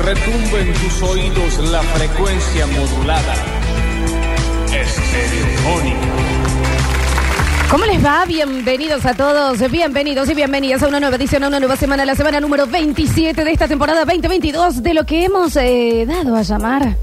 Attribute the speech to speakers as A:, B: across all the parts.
A: en tus oídos la frecuencia modulada. Estereofónica.
B: ¿Cómo les va? Bienvenidos a todos, bienvenidos y bienvenidas a una nueva edición, a una nueva semana, la semana número 27 de esta temporada 2022 de lo que hemos eh, dado a llamar.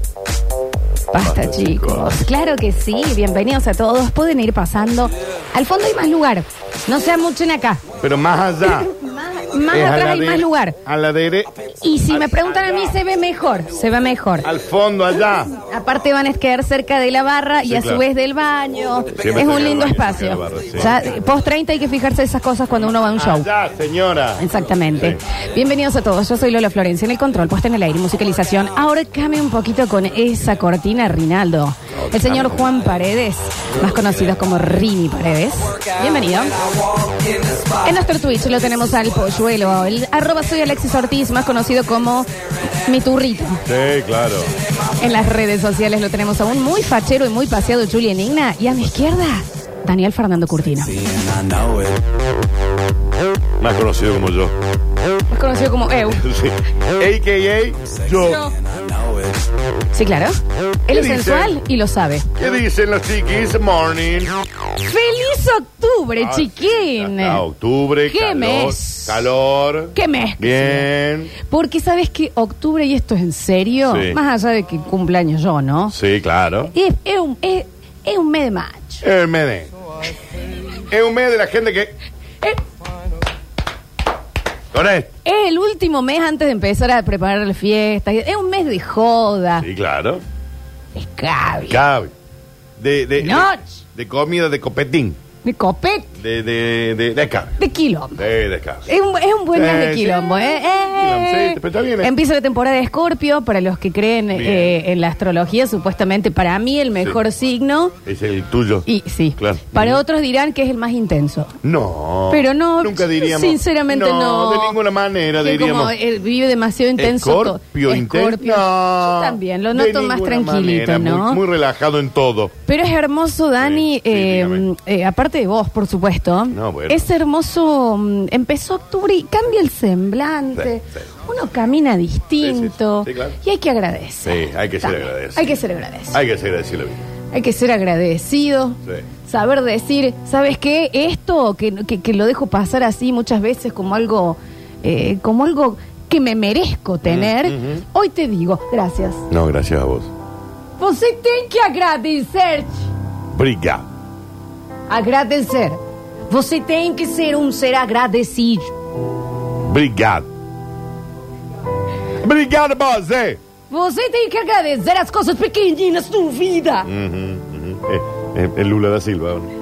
B: Basta chicos, claro que sí, bienvenidos a todos, pueden ir pasando. Al fondo hay más lugar, no se amuchen acá.
C: Pero más allá.
B: más más
C: Es a
B: atrás
C: la
B: hay
C: dere-
B: más lugar.
C: A la derecha.
B: Y si me preguntan a mí, se ve mejor, se ve mejor.
C: Al fondo, allá.
B: Aparte van a quedar cerca de la barra y
C: Sí,
B: a
C: claro.
B: su vez del baño.
C: Siempre
B: es
C: cerca
B: un
C: del
B: lindo
C: baño,
B: espacio.
C: cerca de la barra, sí. Ah,
B: Ya, eh, post 30 hay que fijarse esas cosas cuando uno va a un show.
C: Allá, señora.
B: Exactamente. Bienvenidos a todos. Yo soy Lola Florencia en el control, puesta en el aire, musicalización. Ahora cambia un poquito con esa cortina, Rinaldo. El señor Juan Paredes, más conocido como Rini Paredes. Bienvenido. En nuestro Twitch lo tenemos al polluelo. El arroba soy Alexis Ortiz, más conocido como mi turrito.
C: Sí, claro.
B: En las redes sociales lo tenemos a un muy fachero y muy paseado Julian Igna. Y a mi izquierda, Daniel Fernando Curtino.
C: Más conocido como yo.
B: Más conocido como EU.
C: Sí. AKA yo.
B: Sí, claro. Él es
C: ¿Qué dice?
B: sensual y lo sabe.
C: ¿Qué dicen los chiquis? Morning.
B: ¡Feliz octubre,
C: Ah,
B: chiquín!
C: A octubre,
B: ¿Qué
C: calor.
B: mes?
C: Calor.
B: ¿Qué mes?
C: Bien.
B: Porque sabes que octubre, y esto es en serio,
C: Sí.
B: más allá de que cumpleaños yo, ¿no?
C: Sí, claro.
B: Es, es un, es, es un mes de macho.
C: Es un mes de- Es un mes de la gente que.
B: Es,
C: Con esto.
B: es el último mes antes de empezar a preparar las fiestas. Es un mes de joda,
C: Sí, claro.
B: de cable,
C: Cabe. De, de, de,
B: Noche.
C: de comida de copetín.
B: de copete,
C: De, de, de, de acá.
B: de quilombo.
C: De, de acá.
B: Es un, es un buen
C: Sí,
B: mes de
C: sí.
B: quilombo, ¿eh? Eh,
C: Quilombo,
B: eh,
C: sí, pero está bien, eh.
B: Empieza la temporada de Escorpio, para los que creen
C: Bien.
B: eh, en la astrología, supuestamente para mí el mejor signo.
C: Es el tuyo.
B: Y sí,
C: Claro.
B: para otros dirán que es el más intenso.
C: No.
B: Pero no,
C: Nunca diríamos.
B: sinceramente no.
C: De ninguna manera
B: Que Como
C: diríamos.
B: eh, vive demasiado intenso.
C: Escorpio
B: to-
C: intenso.
B: Escorpio. Yo también, lo
C: De
B: noto más
C: ninguna
B: tranquilito,
C: manera,
B: ¿no?
C: Muy, muy relajado en todo.
B: Pero es hermoso, Dani,
C: Sí, sí,
B: eh,
C: dígame.
B: eh, aparte de vos, por supuesto.
C: No, bueno.
B: Es hermoso, mm, empezó octubre y cambia el semblante.
C: Sí, sí.
B: Uno camina distinto.
C: Sí, sí, sí, claro.
B: Y hay que agradecer.
C: Sí, hay que ser
B: También.
C: agradecido.
B: Hay que ser agradecido.
C: Hay que ser agradecido bien.
B: Hay que ser agradecido.
C: Sí.
B: Saber decir, ¿sabes qué? Esto que, que- que lo dejo pasar así muchas veces como algo, eh, como algo que me merezco tener. Hoy te digo, gracias.
C: No, gracias a vos.
B: Vos tenés que agradecer.
C: Briga.
B: Agradecer. Você tem que ser um ser agradecido.
C: Brigado. Obrigado, vos, eh.
B: Você tem que agradecer as coisas pequeninas da vida.
C: Hum. Ujú, ujú. Eh, eh, el Lula da Silva. ¿no?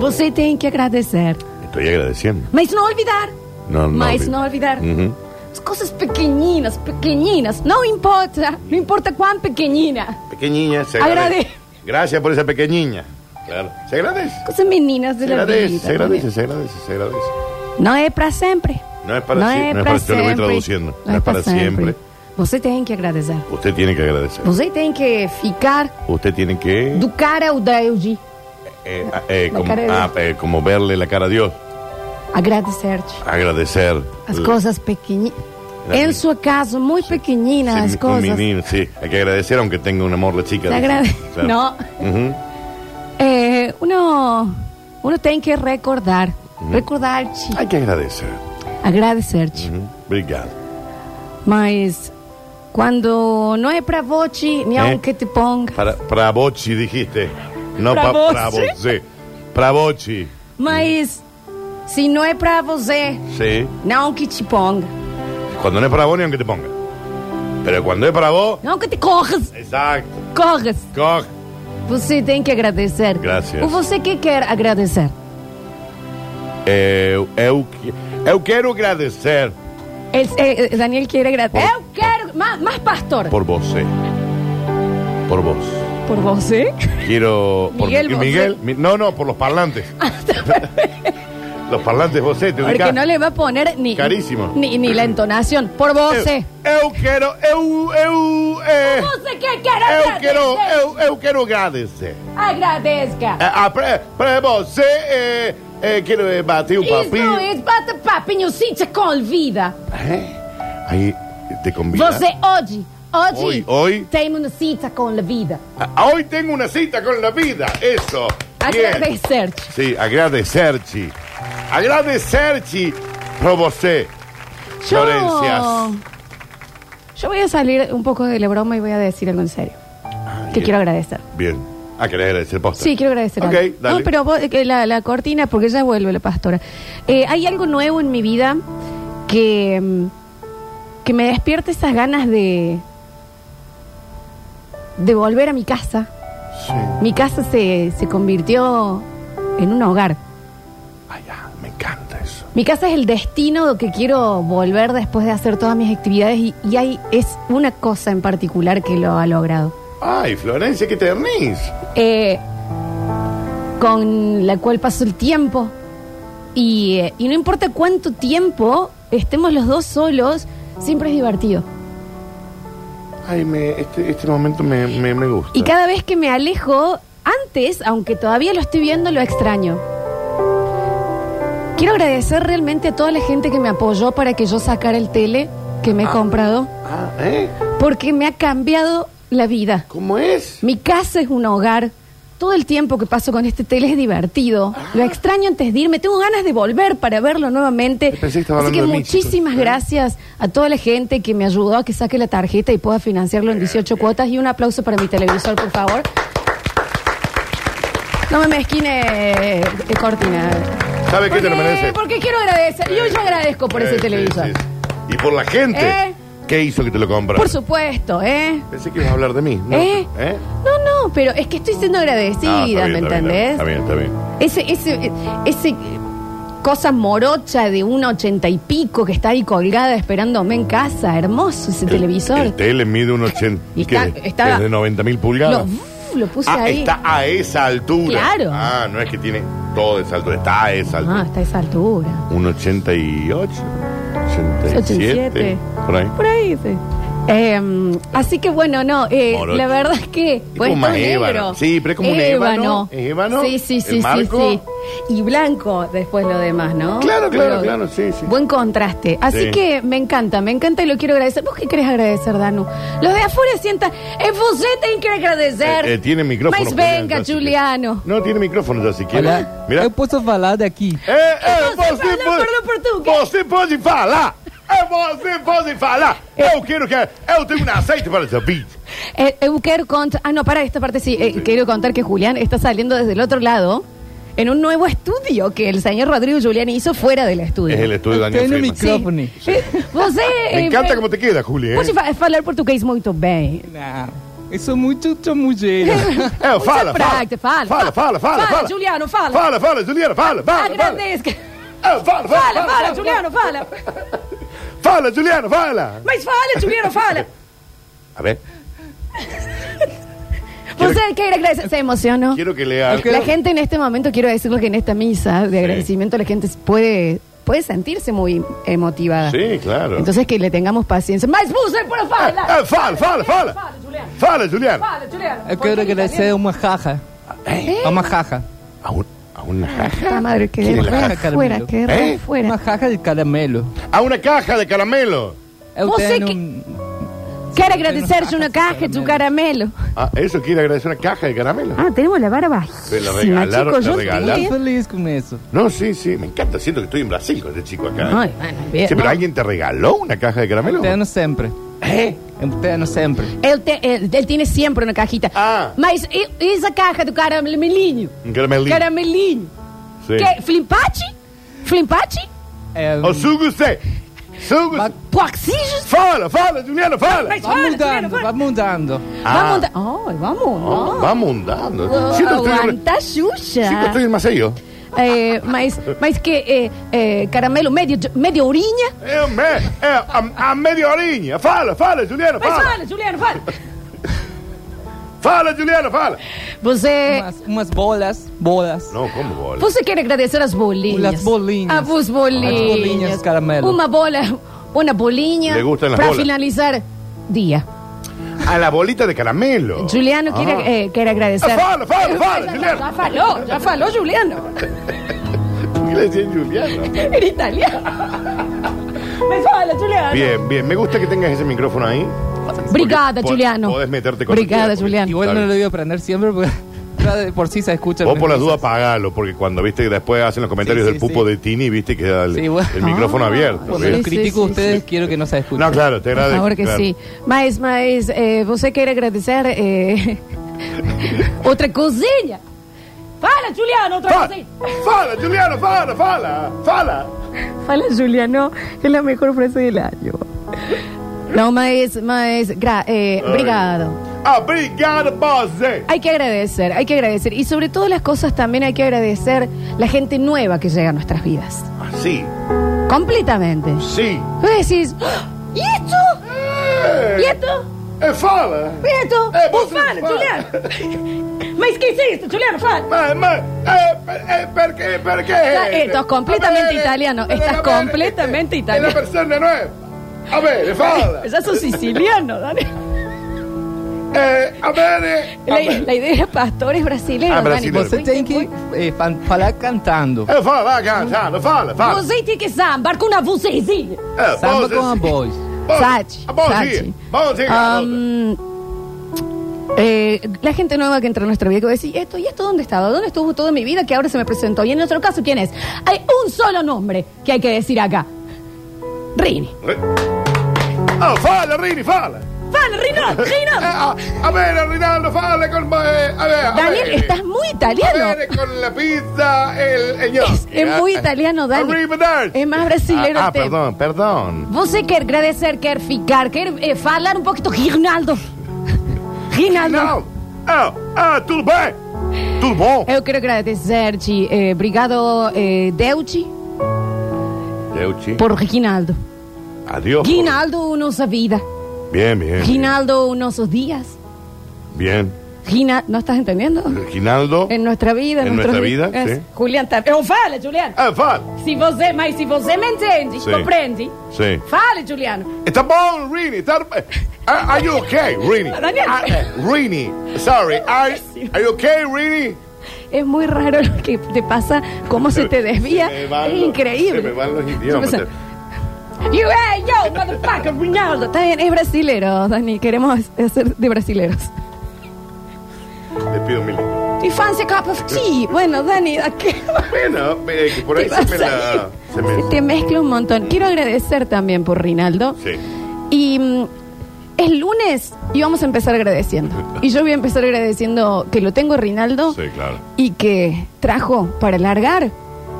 B: Você tem que agradecer.
C: Estoy agradeciendo.
B: Mas não olvidar.
C: No, no,
B: Mas
C: olvid-
B: não olvidar.
C: Ujú.
B: As coisas pequeninas, pequeninas. Não importa. Não importa quão pequenina.
C: Pequeñiña, se
B: Agrade-
C: agradece. Gracias por esa pequeñiña. Claro. Se agradece.
B: Coisas meninas
C: Se
B: da
C: agradece,
B: vida.
C: se agradece, se agradece, se agradece.
B: Não é para sempre. é
C: No es para siempre. No es para- yo le voy traduciendo. No es é para siempre.
B: Você tem que agradecer.
C: Usted tiene que agradecer.
B: Você tem que ficar
C: Usted tiene que.
B: do cara ao Deus.
C: eh, ah, eh,
B: la
C: como,
B: cara de
C: ah,
B: Dios.
C: eh, como verle la cara a Dios.
B: Agradecer-te.
C: Agradecer.
B: As
C: L-
B: coisas pequeninas.
C: La-
B: En su caso, muy pequeñinas
C: sí,
B: las
C: un
B: cosas.
C: menino, sí. Hay que agradecer aunque tenga un amor la chica.
B: Te
C: dice.
B: agrade-
C: Claro.
B: No,
C: Ujú.
B: eh, uno, uno tiene que recordar, recordar, chi-
C: Hay que agradecer.
B: agradecer. chi.
C: Ujú. Obrigado.
B: Mas cuando no es para vos, chi, ni
C: Eh.
B: aunque te ponga,
C: Para, para Bochi dijiste. No
B: Para
C: para
B: Bochi.
C: Bochi. Para Bochi.
B: mas si no es para vos, eh,
C: Sí.
B: ni aunque te ponga,
C: Cuando no es para vos, ni aunque te ponga. Pero cuando es para vos.
B: ni aunque te corras,
C: Exacto.
B: corras,
C: Coge.
B: você tem que agradecer.
C: Gracias.
B: O você que quer agradecer?
C: Eh, Eu, eu, que- eu quero agradecer
B: El- eh, eh, Daniel quiere agradecer.
C: Por-
B: Eu quero, más, más pastor.
C: por você. Por vos.
B: Por vos, ¿eh?
C: Quiero. Por
B: Miguel, ¿eh?
C: Mi-
B: vosé.
C: Miguel, mi- no, no, por los parlantes. los parlantes vos, eh, te
B: Porque
C: ubicás.
B: no le va a poner ni.
C: Carísimo.
B: Ni, ni la entonación. Por eh.
C: Eu,
B: voce.
C: eu quero. Eu, eu, eh,
B: Voce que quiera
C: eu
B: agradecer.
C: quero. Eu, eu quero agradecer.
B: Agradezca.
C: Eh, Ah, ah, pra, pra você, eh, eh, quero eh, bater um
B: Isso
C: papinho.
B: es bate papinho sin se convida.
C: Eh, Ahí, te conviene.
B: Você hoje, hoje,
C: Hoy, hoy.
B: tem una cita con la vida.
C: Ah, Hoy tengo una cita con la vida. Eso. Bien.
B: Agradecer.
C: Sí, agradecerci. Agradecerci pro eh. você, Florencias.
B: yo voy a salir un poco de la broma y voy a decir algo en serio. que
C: bien.
B: quiero agradecer.
C: eh, Bien. Ah, querés agradecer posta.
B: Sí, quiero agradecer.
C: Ok,
B: algo.
C: dale.
B: No, pero vos, eh, que la, la cortina, porque ya vuelve la pastora. Eh, hay algo nuevo en mi vida que, mm, que me despierta esas ganas de, de volver a mi casa.
C: Sí.
B: Mi casa se, se convirtió en un hogar.
C: Ay, ah, me encanta eso.
B: Mi casa es el destino que quiero volver después de hacer todas mis actividades y, y hay, es una cosa en particular que lo ha logrado.
C: Ay, Florencia, qué ternís.
B: eh, con la cual pasó el tiempo. Y, eh, y no importa cuánto tiempo estemos los dos solos, siempre es divertido.
C: Ay, me, este, este momento me, me, me gusta.
B: Y cada vez que me alejo, antes, aunque todavía lo estoy viendo, lo extraño. Quiero agradecer realmente a toda la gente que me apoyó para que yo sacara el tele que me he comprado,
C: Ah, ¿eh?
B: porque me ha cambiado la vida.
C: ¿Cómo es?
B: Mi casa es un hogar. Todo el tiempo que paso con este tele es divertido. Lo
C: Ah.
B: extraño antes de irme. Tengo ganas de volver para verlo nuevamente.
C: Pensé que estaba
B: Así que
C: hablando de mí,
B: muchísimas
C: chicos.
B: gracias a toda la gente que me ayudó a que saque la tarjeta y pueda financiarlo en
C: Eh,
B: 18 cuotas. Y un aplauso para mi televisor, por favor. No me mezquine, eh, Cortina.
C: ¿Sabe qué te lo
B: Porque-
C: merece?
B: Porque quiero agradecer. Yo, yo agradezco por
C: Eh,
B: ese
C: sí,
B: televisor.
C: sí, sí. Y por la gente
B: Eh.
C: que hizo que te lo compras.
B: Por supuesto, ¿eh?
C: Pensé que ibas a hablar de mí. ¿no?
B: ¿Eh? No, no, pero es que estoy siendo
C: Ah, está
B: agradecida,
C: bien,
B: ¿me
C: está bien,
B: entendés?
C: Está bien, está bien.
B: Ese, ese, ese cosa morocha de un ochenta y pico que está ahí colgada esperándome en casa. Hermoso ese televisor.
C: El tele mide un 80.
B: Y
C: ¿qué?
B: está- está-
C: es de 90 mil
B: lo,
C: pulgadas.
B: uf, lo puse
C: ah,
B: ahí.
C: está a esa altura.
B: Claro.
C: Ah, no es que tiene todo de salto, está a esa
B: Ah,
C: altura.
B: está a esa altura.
C: Un 88, 87.
B: 87.
C: Por ahí.
B: Por ahí, sí. Em, así que bueno, no, eh,
C: Morocho.
B: la verdad es que. bueno,
C: como más
B: todo
C: ébano.
B: negro.
C: Sí, pero es como un ébano. Es ébano.
B: Sí, sí,
C: El
B: sí, sí,
C: marco.
B: sí. Y blanco después lo demás, ¿no?
C: Claro, claro,
B: Pero-
C: claro, sí, sí.
B: Buen contraste. Así
C: Sí.
B: que me encanta, me encanta y lo quiero agradecer. ¿Vos qué querés agradecer, Danu? Los de afuera sientan. Es vos tienen que agradecer.
C: Eh, eh, tiene micrófono.
B: Mas
C: Julián,
B: venga,
C: ya, si
B: Juliano.
C: quiere. No, tiene micrófono ya si quiere.
D: Olha,
C: Mira.
D: eu posso falar daqui.
C: Eh, eh,
B: Eu não sei
C: você
B: falar
C: pode,
B: português.
C: você pode falar. É, você pode falar. Eu quero que... Eu tenho um aceite para esse vídeo.
B: Eh, eu quero cont- Ah, no, para esta parte sí. Eh, Quiero contar que Julián está saliendo desde el otro lado en un nuevo estudio que el señor Rodrigo Julián hizo fuera del estudio.
C: Es el estudio de Daniel
D: Tem no
C: Freeman.
D: microfone.
B: Eh, vos, eh,
C: Me
B: eh,
C: encanta
B: eh,
C: cómo te queda, Juli. ¿eh?
B: Pode fa- falar português muito bem.
D: Não, eu sou muito chamujeiro.
C: Eh, fala,
B: Mucha práctica,
C: fala,
B: fala,
C: fala, fala, fala,
B: Fala, Juliano, fala.
C: Fala, fala, Juliano, fala, fala, fala. Eh,
B: Agradezca.
C: fala, fala,
B: Fala, fala, Juliano, fala.
C: Fala, Juliano, fala.
B: Mas fala, Juliano, fala.
C: A ver,
B: Você quer agradecer? Se emocionó.
C: quiero que lea...
D: Ok.
B: La gente en este momento, quiero decirlo que en esta misa de agradecimiento la gente puede, puede sentirse muy emotivada.
C: Sí, claro.
B: Entonces que le tengamos paciencia. Mas você, por
C: Eh,
B: fala.
C: eh, fala, fala, fala.
B: Fala, Juliano.
C: Fala, Juliano.
B: Fala, Juliano.
D: Eu quero agradecer a uma jaja.
B: ¿Eh?
D: A uma jaja.
C: A, un- a una jaja.
B: La madre que
C: ¿Quién
B: de
C: es la
B: fuera,
D: jaja,
B: fuera,
D: Carmelo?
B: que de
C: ¿Eh?
D: Uma
B: fuera.
D: jaja de caramelo. Eh,
C: A una caja de caramelo.
D: Eu
B: Você
D: tenho...
B: que-
D: um-
B: Quiero agradecerse una caja de tu caramelo.
C: Ah, eso quiere agradecer una caja de caramelo.
B: Ah, tenemos la vara
C: Se la
B: bajísima,
C: regalaron,
B: chicos.
C: la
B: Yo
C: regalaron.
D: Muito
B: tengo-
D: feliz com isso.
C: No, sí, sí, me encanta. Siento que estoy en Brasil con este chico acá.
B: Ay, bueno, bien,
C: Sí, pero
B: no.
C: ¿alguien te regaló una caja de caramelo?
D: Eu tenho sempre.
C: ¿Eh?
D: Eu tenho sempre.
B: Él, te- él- él tiene siempre una cajita.
C: Ah.
B: Mas e- esa caja de caramelinho.
C: Un caramelín.
B: Caramelinho.
C: Sí. Oh,
B: ¿Qué? ¿Flimpachi? ¿Flimpachi?
D: É,
C: O suguste. Suguste.
D: Va-
B: ¿Poaxillos?
C: Fala, fala, Juliano, fala.
B: Mas-
D: Vai mudando, vai mudando.
C: Ah.
B: Vamos. da- Ay, vamos.
C: Oh,
B: no.
C: vamos andando. Siento que estoy en,
B: Oh, Aguanta,
C: siento que
B: Xuxa.
C: estoy en Maceió.
B: Eh, mas, mas que eh, eh, caramelo medio, medio oriña.
C: Eh, me, eh, a, a media orilla. Fala, fala, Juliano,
B: Mas
D: Ah.
C: fala.
B: Pues fala, Juliano, fala.
C: Fala, Juliano, fala.
B: Você,
D: Umas, umas bolas, bolas.
C: No, ¿cómo bola?
B: você quer agradecer as bolinhas?
D: Las bolinhas.
B: Ah, os bolinhas.
D: As bolinhas, caramelo.
B: Uma bola, uma bolinha.
C: Le gustan las
B: Para
C: bolas.
B: finalizar, día.
C: A la bolita de caramelo.
B: Juliano quiere, eh, quiere agradecer.
C: Ah, fala, fala, fala,
B: Ya
C: Juliano.
B: faló, ya faló Juliano.
C: ¿Qué le decían Juliano?
B: En italiano. Me fala, Juliano.
C: Bien, bien. Me gusta que tengas ese micrófono ahí.
B: Brigada,
C: Porque po-
B: Juliano.
C: Podés meterte con
B: Brigada,
C: el tiro, porque-
B: Juliano.
D: Igual no lo debo aprender siempre porque ya de por sí se escucha.
C: Vos por las dudas apagalo, porque cuando viste que después hacen los comentarios
D: Sí,
C: del
D: sí,
C: pupo
D: sí.
C: de Tini, viste que da el,
D: Sí, bueno.
C: el micrófono
B: Ah,
C: abierto.
D: Cuando
B: Sí,
D: los
C: ¿viste?
B: sí,
D: critico a
B: sí,
D: ustedes,
B: sí.
D: quiero que no se escuche.
C: No, claro, te
B: Por
C: agradezco.
B: favor que
C: claro.
B: sí. Mas, mas, eh, você quer agradecer eh, outra cozinha? Fala, Juliano, outra
C: Fala,
B: cozinha.
C: fala, Juliano, fala, fala, fala.
B: Fala, Juliano, é a melhor frase del año. Não, mas, mas, gra, eh,
C: Ay.
B: obrigado.
C: Ah, brigada, base.
B: Hay que agradecer, hay que agradecer. Y sobre todas las cosas también hay que agradecer la gente nueva que llega a nuestras vidas.
C: Ah, sí,
B: Completamente.
C: sí.
B: Vos decís, ¡Ah! ¿y esto?
C: Eh,
B: ¿Y esto?
C: eh, fala.
B: ¿Y esto?
C: Eh, vos
B: Fala,
C: sos-
B: Juliano. Mas, ¿qué hiciste, Juliano? Fala.
C: Ma, ma, eh, per- eh, perché, perché?
B: Ah, eh, estás completamente
C: A
B: italiano,
C: eh,
B: estás
C: a
B: completamente
C: eh, eh,
B: italiano.
C: È la persona nueva. A ver, fala.
B: Ya sos siciliano, Dani.
C: Ah,
B: Esatto.
C: Eh, a ver, eh, a
B: La,
C: ver.
B: la idea era pastores brasileños,
C: Ah,
B: Dani.
C: brasileño.
B: Vos
D: Você tem que eh, fan- falar cantando.
C: Eh, fala, vai, cantando, fala, fala.
B: tenés que zambar con una vocecilla.
C: Eh, Ah,
D: Samba
C: vos-
D: com a voz.
C: vos-
B: Sachi,
C: vos
B: Sachi.
C: sí, vos sí, garota.
B: Am, eh, la gente nueva que entra en nuestro viejo decir esto y esto dónde estaba, dónde estuvo toda mi vida que ahora se me presentó. Y en nuestro caso, ¿quién es? Hay un solo nombre que hay que decir acá. Rini.
C: Eh. Ah, fala, Rini, fala.
B: Fala, Rino,
C: Eh,
B: Rino.
C: ah, a ver, Rinaldo, fala con... eh, a ver, a
B: Daniel,
C: ver.
B: estás muy
C: A
B: italiano.
C: ver, con la pizza, el, el
B: Es,
C: gnocchi.
B: es
C: Ah,
B: muy
C: ah.
B: italiano, Dani.
C: Arrivederci.
B: Es más brasilero este.
C: Ah,
B: el
C: ah,
B: tema.
C: perdón, perdón.
B: Vos quer agradecer, quer ficar, quer eh, falar um pouquinho do Rinaldo. Rinaldo.
C: Não. Ah, ah, tudo bem? Tudo bom?
B: Eu quero agradecer-te, eh, obrigado, eh, Deuti,
C: Eu te...
B: por Rinaldo.
C: Adeus.
B: Rinaldo, nossa vida.
C: Bien, bien.
B: Rinaldo, nossos dias.
C: Bien.
B: Rina, ¿no estás entendiendo?
C: Rinaldo.
B: En nuestra vida,
C: En
B: nuestros
C: nuestra
B: di-
C: vida,
B: es-
C: sí.
B: Julián, tá- eu falo, Juliano.
C: Ah, fala.
B: Se você, mas se você me entende,
C: Sí.
B: compreende,
C: Sí.
B: fale, Juliano.
C: Tá bom, Rini. Tá... Are, are you okay, Rini?
B: Daniel.
C: Ah, eh, Rini. Sorry. Are, are you okay, Rini?
B: Es muy raro lo que te pasa, cómo se te desvía.
C: Se me van
B: es
C: los-
B: increíble.
C: Se me van los idiomas.
B: Se me- You, hey, yo, motherfucker, Ronaldo. Está bien, es brasilero, Dani. Queremos hacer de brasileros.
C: Te pido mil.
B: Y fancy cup of tea. Bueno, Dani, ¿a qué?
C: Bueno, eh, que por
B: te
C: ahí se
B: vas
C: me
B: a
C: la...
B: ir?
C: Se me...
B: Se te mezcla un montón. Quiero agradecer también por Rinaldo.
C: Sí.
B: Y mm, es lunes y vamos a empezar agradeciendo. Y yo voy a empezar agradeciendo que lo tengo a Rinaldo
C: Sí, claro.
B: y que trajo para largar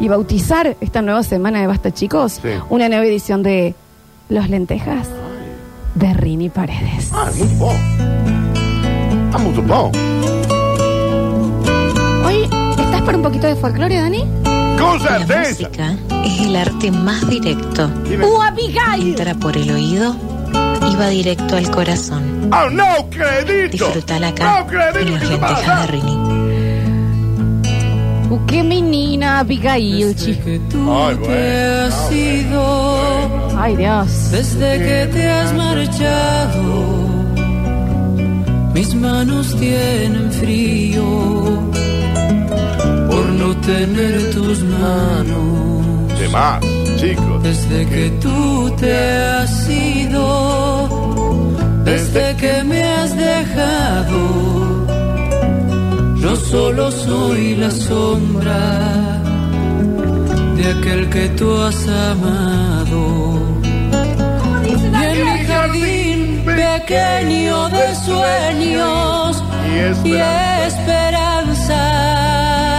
B: y bautizar esta nueva semana de Basta Chicos
C: Sí.
B: una nueva edición de Los Lentejas de Rini Paredes.
C: Ah, é muito bom. Ah, muito bom.
B: Hoy, ¿estás para un poquito de folclore, Dani?
C: Com
E: La
C: certeza.
E: música es el arte más directo.
C: Tiene-
B: ¡Uh, ¡Uapicay!
E: Entra por el oído y va directo al corazón.
C: Ah, não acredito.
E: Disfrutala
C: Não
E: acá en
C: acredito
E: los
C: que te
E: lentejas de
C: passa.
E: Rini.
B: Uh, ¡Qué menina, Abigailchi!
C: Ay, bueno.
F: has ido
B: ¡Ay, Dios!
F: desde que te has marchado. Mis manos tienen frío por no tener tus manos.
C: Demás, chicos.
F: Desde que tú te has ido, desde que me has dejado, yo solo soy la sombra de aquel que tú has amado. Y en mi jardín pequeño de sueños
C: Y
F: y
C: espera.
F: esperanza,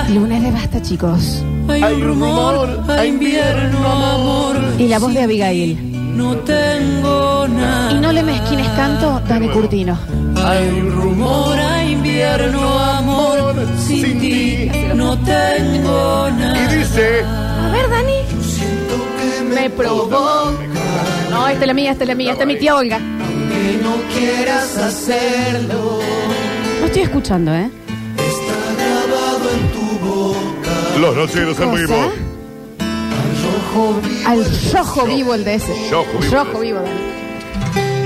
B: Lunes de Basta Chicos.
F: hay un rumor, hay invierno, amor.
B: Y la voz de Abigail.
F: No tengo nada.
B: Y no le mezquines
C: Ah,
B: tanto, Dani Curtino.
F: Hay un rumor a invierno, amor. Sin,
C: Sin
F: ti
C: ti.
F: no tengo
C: Y
F: nada.
C: dice,
B: A ver, Dani. Me provoca. No, esta es la mía, esta es la mía, esta es mi tía Olga.
F: Que no quieras hacerlo.
B: No estoy escuchando, ¿eh?
C: los nocheros en vivo.
B: Al rojo vivo el de ese.
C: Rojo vivo el de
B: Rojo
C: ese.
B: vivo, Dani.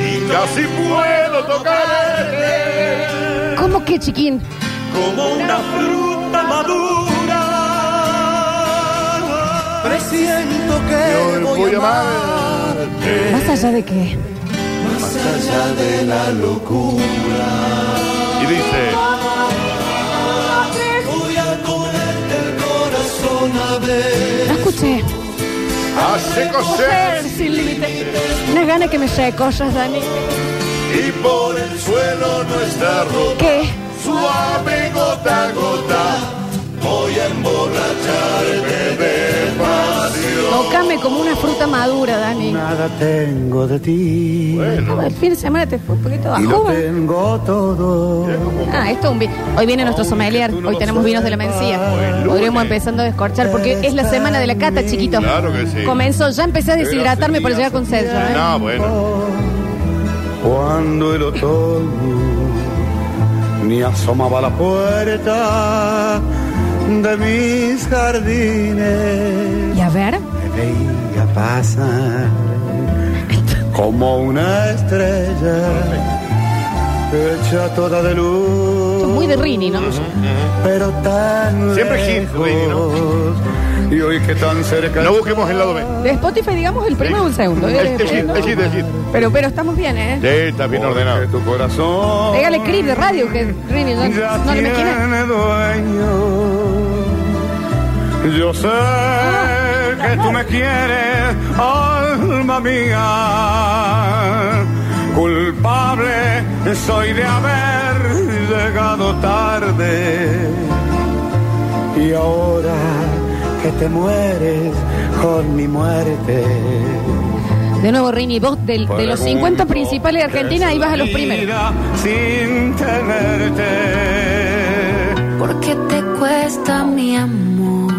C: Y casi puedo tocarte
B: ¿Cómo que, chiquín?
C: como una fruta madura.
F: Presiento que
C: Yo voy a amar
B: Más allá de que
C: Y dice.
B: no escuché.
C: Hace coser
B: Mujer sin límite. Unas ganas que me recorras, Dani.
C: y por el suelo nuestra ropa
B: ¿Qué?
C: suave gota a gota. Voy a emborracharme de pasión.
B: Tocame como una fruta madura, Dani.
G: Nada tengo de ti.
C: Bueno,
B: El fin de semana te fue un poquito
G: Y lo
B: bajo. ¿eh?
G: tengo todo.
B: Ah, esto es un vi- Hoy viene nuestro sommelier. Hoy tenemos vinos de la Mencía. Podríamos empezando a descorchar porque es la semana de la cata, chiquito.
C: Claro que sí.
B: Comenzó, ya empecé a deshidratarme por llegar con sed. yo, ¿eh?
C: no, bueno.
G: Cuando el otoño ni asomaba a la puerta de mis jardines.
B: Y a ver,
G: Me veía pasar como una estrella hecha toda de luz.
B: muy de Rini, ¿no?
G: Pero tan
C: Siempre hit,
G: lejos,
C: Rini,
G: Y hoy que tan cerca.
C: No busquemos el lado B.
B: De Spotify, digamos, el primero o el segundo. ¿eh?
C: El el hit, el hit, el hit.
B: Pero, pero estamos bien, ¿eh?
C: Sí, está bien ordenado.
G: Que tu corazón.
B: Pégale clip de radio, que Rini, yo-
G: Ya
B: no le me quiere.
G: tiene dueño. Yo sé que tú me quieres, alma mía. Culpable soy de haber llegado tarde. Y ahora que te mueres con mi muerte.
B: De nuevo, Rini, vos del- de los 50 principales de Argentina, ahí vas a los primeros.
G: Vida Sin tenerte.
H: ¿Por qué te cuesta mi amor?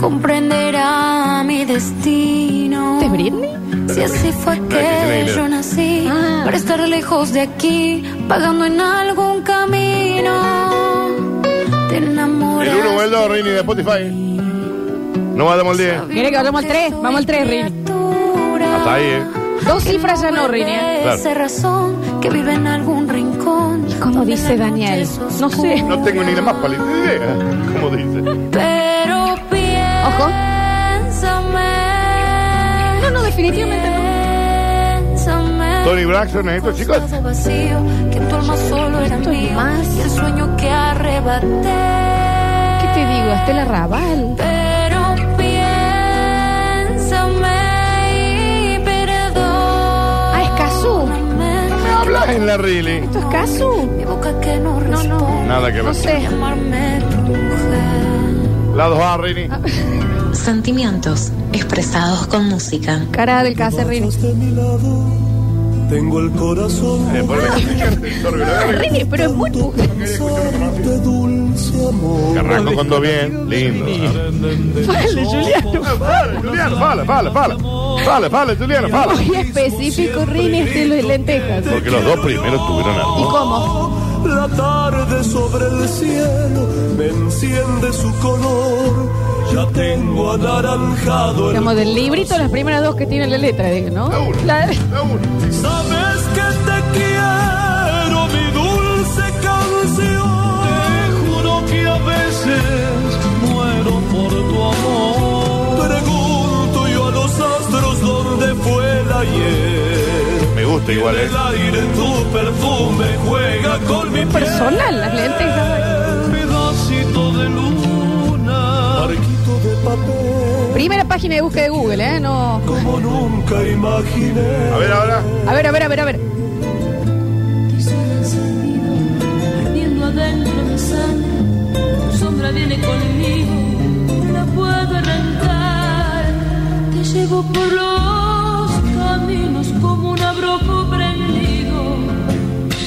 H: Comprenderá mi destino.
B: ¿Este es Britney?
H: Si así fue
C: Cristina
H: que
C: Aguilera.
H: yo nací,
B: Ah.
H: para estar lejos de aquí, pagando en algún camino. Te enamoras.
C: El 1 o el 2, Rini, de Spotify. No matamos el 10.
B: Quiere que vayamos al tres, vamos al tres, Rini.
C: Hasta ahí, ¿eh?
B: Dos cifras ya no, Rini. ¿eh?
C: Claro.
H: Esa razón que vive en algún rincón.
B: Como
H: donde
B: dice
H: la noche
B: Daniel,
H: es
B: no sé.
H: oscura.
C: No tengo ni la más pálida idea. ¿Cómo dice?
H: Pero piénsame.
B: No, no, definitivamente no.
H: Piénsame.
C: Tony Braxton, ¿eh, estos chicos?
H: Cosas de vacío, que tu alma solo era
B: Esto es
H: mío,
B: más.
H: y el sueño que arrebaté.
B: ¿Qué te digo? Estela Raval.
H: Pero piénsame y perdóname.
B: Ah, es Cazú.
C: No hablas en la Rini.
B: ¿Esto es Casu?
H: Mi boca que no
B: No,
H: responde.
B: no.
C: Nada que ver.
B: No sé.
H: Llamarme tu mujer.
C: La 2A, Rini.
B: Ah.
E: Sentimientos expresados con música.
B: Cara del Cáceres, Rini.
I: Tengo el corazón
C: Eh, ponle el sorbo, ¿no?
B: Rini, pero es muy... pu-
I: de dulce amor.
C: Que Arrancó con todo bien. Lindo.
B: Vale, Juliano.
C: Fala, Juliano, fala, fala, fala. Fala, fala, Juliano, fala.
B: Muy específico, Rini, estilo de lentejas.
C: Porque los dos primeros tuvieron
B: ¿Y
C: algo.
B: cómo?
I: La tarde sobre el cielo me enciende su color. Ya tengo anaranjado el
B: Digamos, del librito, las primeras dos que tiene la letra, digo, ¿no?
C: La una.
B: La-
C: La uno.
I: Sabes que te quiero, mi dulce canción. Te juro que a veces muero por tu amor. Pregunto yo a los astros dónde fue el ayer.
C: Me gusta igual, ¿eh?
I: El aire tu perfume juega con mi piel.
B: Personal, las lentejas.
I: Pedacito de luna, barquito de papel.
B: Primera página de búsqueda de Google, ¿eh? No...
I: Como nunca imaginé.
C: A ver ahora.
B: A ver, a ver, a ver, a ver.
J: Viendo adentro mi sangre, tu sombra viene conmigo, la puedo arrancar. Te llevo por los caminos como un abrojo prendido,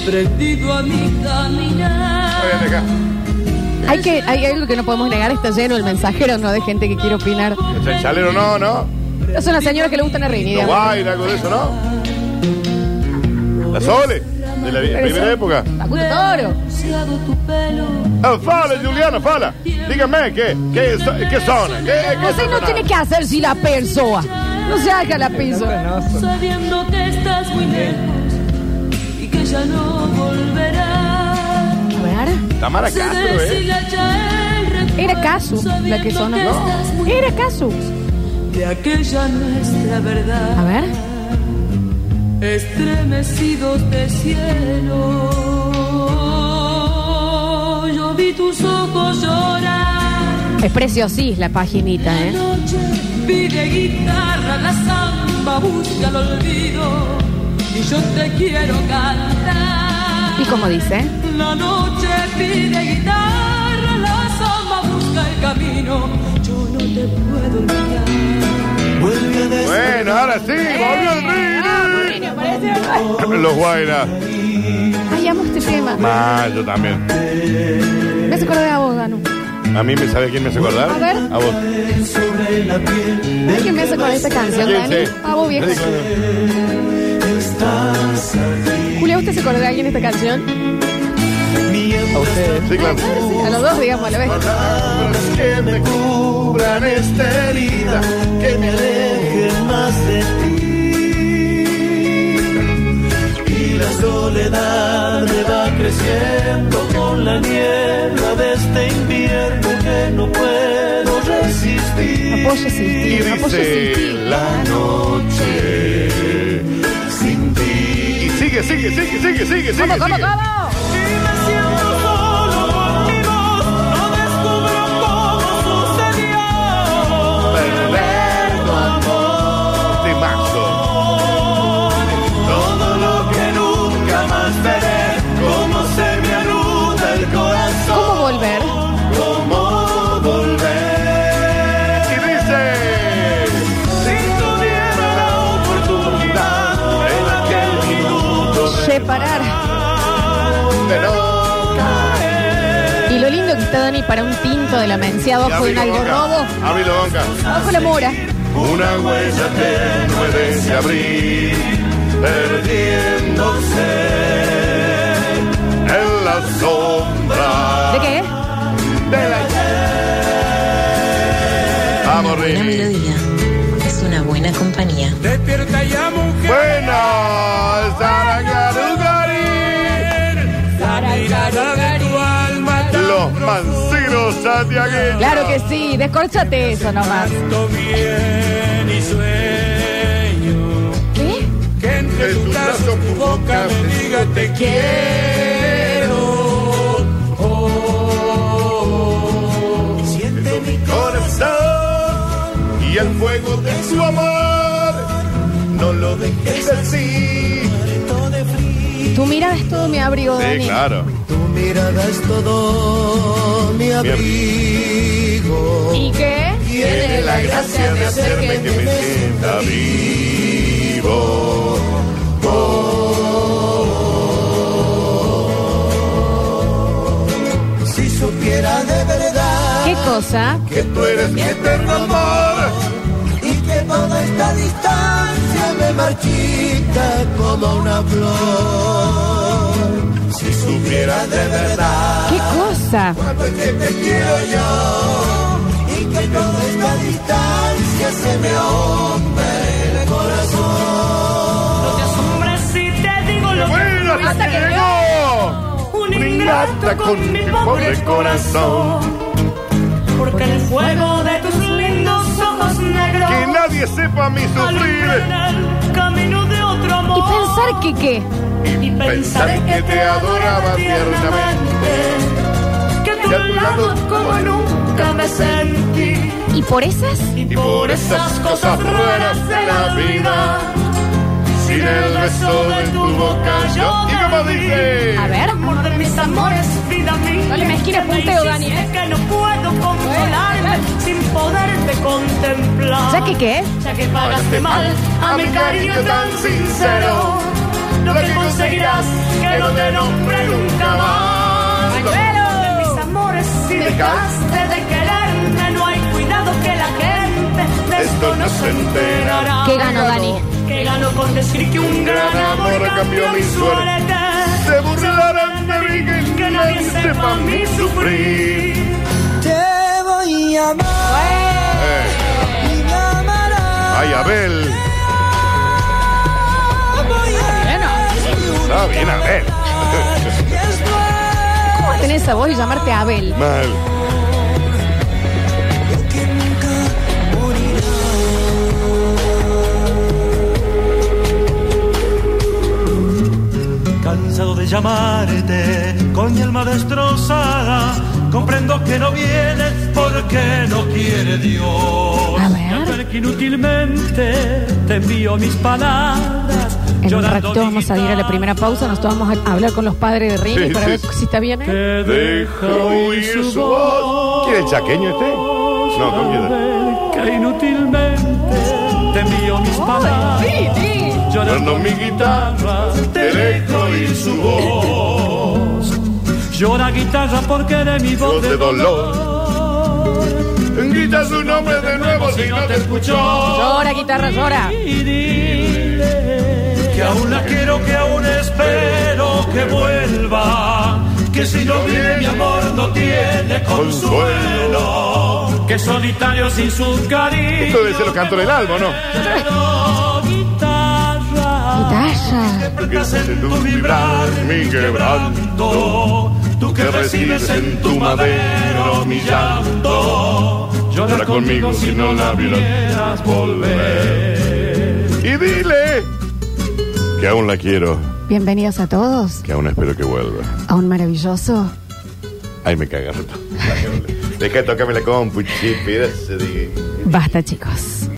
J: prendido a mi
C: Ven
J: caminar.
C: acá.
B: Hay, que, hay algo que no podemos negar, está lleno el mensajero, ¿no? De gente que quiere opinar.
C: El chalero no, ¿no?
B: Es una señora que le gustan a Rini,
C: No
B: digamos.
C: baila, algo de eso, ¿no? La Sole, de la vi- primera época.
B: Facundo Toro.
J: Bronceado tu pelo,
C: Ah, fala, Juliana, fala. Dígame, ¿qué, qué, so- qué son? ¿Qué, qué
B: Así no
C: son?
B: tiene que hacer si la persoa. No se haga la persoa.
J: sabiendo que estás muy lejos y que ya no volverás.
B: A ver.
C: Tamara
J: Se
C: Castro, ¿eh?
J: deshila ya el recuerdo,
B: Era Casu la que
J: sabiendo
B: sonó.
J: que estás muy
B: Era Casu.
F: de aquella nuestra verdad.
B: A ver.
F: Estremecidos de cielo, yo vi tus ojos llorar.
B: Es preciosís la paginita, ¿eh?
F: Noche pide guitarra, la samba busca el olvido y yo te quiero cantar.
B: ¿Y cómo dice?
F: La noche pide guitarra, la samba busca el camino, yo no te puedo olvidar.
C: Bueno, ahora sí,
B: Eh,
C: volvió el Rini. Los Guaira.
B: Ay, amo este tema.
C: Más, yo también.
B: Me hace acordar a vos, Danu.
C: A mí me sabe quién me hace acordar.
B: A ver.
C: A vos.
B: ¿Sabes quién me hace acordar esta canción,
C: ¿Quién?
B: Dani?
C: Sí.
B: A vos, viejo. Julia, ¿usted se acordó de alguien de esta canción?
D: A ustedes.
C: Sí, claro.
B: Sí, a los dos, digamos, a la vez.
C: Que me cubran esta herida. Que me alejen más de este
B: No puedo resistir, no puedo
C: Dice
B: resistir.
C: la noche sin ti. Y sigue, sigue, sigue, sigue, sigue, sigue.
B: ¿Cómo, cómo,
C: sigue.
B: cómo?
C: Este Temazo.
B: ¿Cómo volver?
C: Y dice.
B: Reparar.
C: De no.
B: Y lo lindo que está Dani para un tinto de la mencia abajo de un algo robo.
C: Abrilo Gonca.
B: Abajo la mora.
C: Una huella tenue de ese abril, perdiéndose en la sombra.
B: ¿De qué?
C: de la Vamos,
E: Buena
C: Rini.
E: melodía es una buena compañía.
I: Despierta ya, mujer.
C: Buenas, Saragarugarín.
I: La mirada de tu alma
C: Los mancinos santiagueños.
B: Claro que sí, descorchate eso nomás.
I: tanto bien y sueño.
B: ¿Qué?
I: Que entre
C: En
I: tu
C: tu
I: brazo
C: brazo,
I: tu
C: tu
I: boca
C: boca,
I: me diga te quiero. Oh, oh, oh. Siente mi
C: Corazón y el fuego de su amor. No lo dejes así.
B: Tu mirada es todo mi abrigo,
C: Sí,
B: Dani.
C: claro.
I: mirada es todo mi abrigo.
B: ¿Y qué?
C: Tiene la gracia de hacerme que me sienta vivo.
I: Si supiera de verdad
B: ¿Qué cosa?
C: Que tú eres mi eterno amor.
I: y que toda esta distancia me marchita como una flor.
C: Si supieras de verdad
B: ¿Qué cosa?
C: cuánto es que te quiero yo.
I: Y que toda esta distancia se me ahonde en el corazón.
F: No te asombres si te digo lo
C: ¡Bueno, hasta que llegó!
F: Un
C: Un
F: ingrato con mi pobre corazón. Porque el fuego de tus lindos ojos negros.
C: Que nadie sepa mi sufrir
F: alumbra el camino de otro amor.
B: ¿Y pensar que qué?
F: Y
C: pensar que te adoraba
F: tiernamente. Que a tu
C: Y a tu
F: lado
C: lado
F: como
C: como
F: nunca me sentí.
B: ¿Y por esas?
F: Y
C: por
F: por
C: esas
F: esas cosas
C: cosas
F: raras de la vida.
C: sin el beso de tu boca yo. ¿Y cómo dice?
B: A ver.
F: Amor de mis amores, vida mía.
B: No le mezquines
F: que me
B: punteo,
F: hiciste
B: Dani, ¿eh?
F: Que no puedo consolarme
B: Bueno,
F: sin poderte contemplar.
B: ¿Ya que qué?
F: Ya que pagaste
C: Pagaste
F: mal a mi cariño tan sincero. Lo que conseguirás que no te nombre nunca más.
B: Mañuelo.
F: De mis amores, si dejaste de quererme, no hay cuidado que la gente de esto no se enterará.
B: ¿Qué ganó, Dani?
F: Que ganó con decir que un gran amor cambió mi suerte.
C: Se burlarán de mí que,
F: Que nadie sepa mi sufrir.
I: Te voy a amar
C: Eh,
I: y me amarás.
C: Ay, Abel.
I: Voy a
C: Está bien, Abel.
B: ¿Cómo vas a tener esa voz y llamarte Abel?
C: Mal.
I: cansado de llamarte con mi alma destrozada. Comprendo que no vienes porque no quiere Dios.
B: A
I: ver. que inútilmente te envío mis palabras.
B: En un
I: llorando
B: ratito vamos a ir a la primera pausa, nos vamos a hablar con los padres de Rini
I: Sí,
B: para
I: sí,
B: ver
I: sí.
B: si está bien. ¿eh?
I: Deja
C: oír su voz. ¿Quién es el chaqueño este? No, ¿con quién era?
I: que inútilmente te envío mis palabras. Llorando mi guitarra, te dejo oír su voz. Llora guitarra porque de mi voz de dolor.
C: Grita su nombre de nuevo si no te escuchó.
B: Llora, guitarra, llora.
I: Que aún la quiero, que aún espero que vuelva. Que si no viene mi amor no tiene consuelo. Que solitario sin sus cariños.
C: Esto debe ser los cantos del alma, ¿no?
B: Guitarra.
C: Tú que haces en tu vibrar mi quebranto. Tú que recibes en tu madero mi llanto. Llora conmigo si no la vieras volver. Y dile que aún la quiero,
B: Bienvenidos a todos
C: que aún espero que vuelva.
B: a un maravilloso.
C: Ay, me cagaron. Deja de tocarme la compu, chip, mira, se diga.
B: Basta, chicos.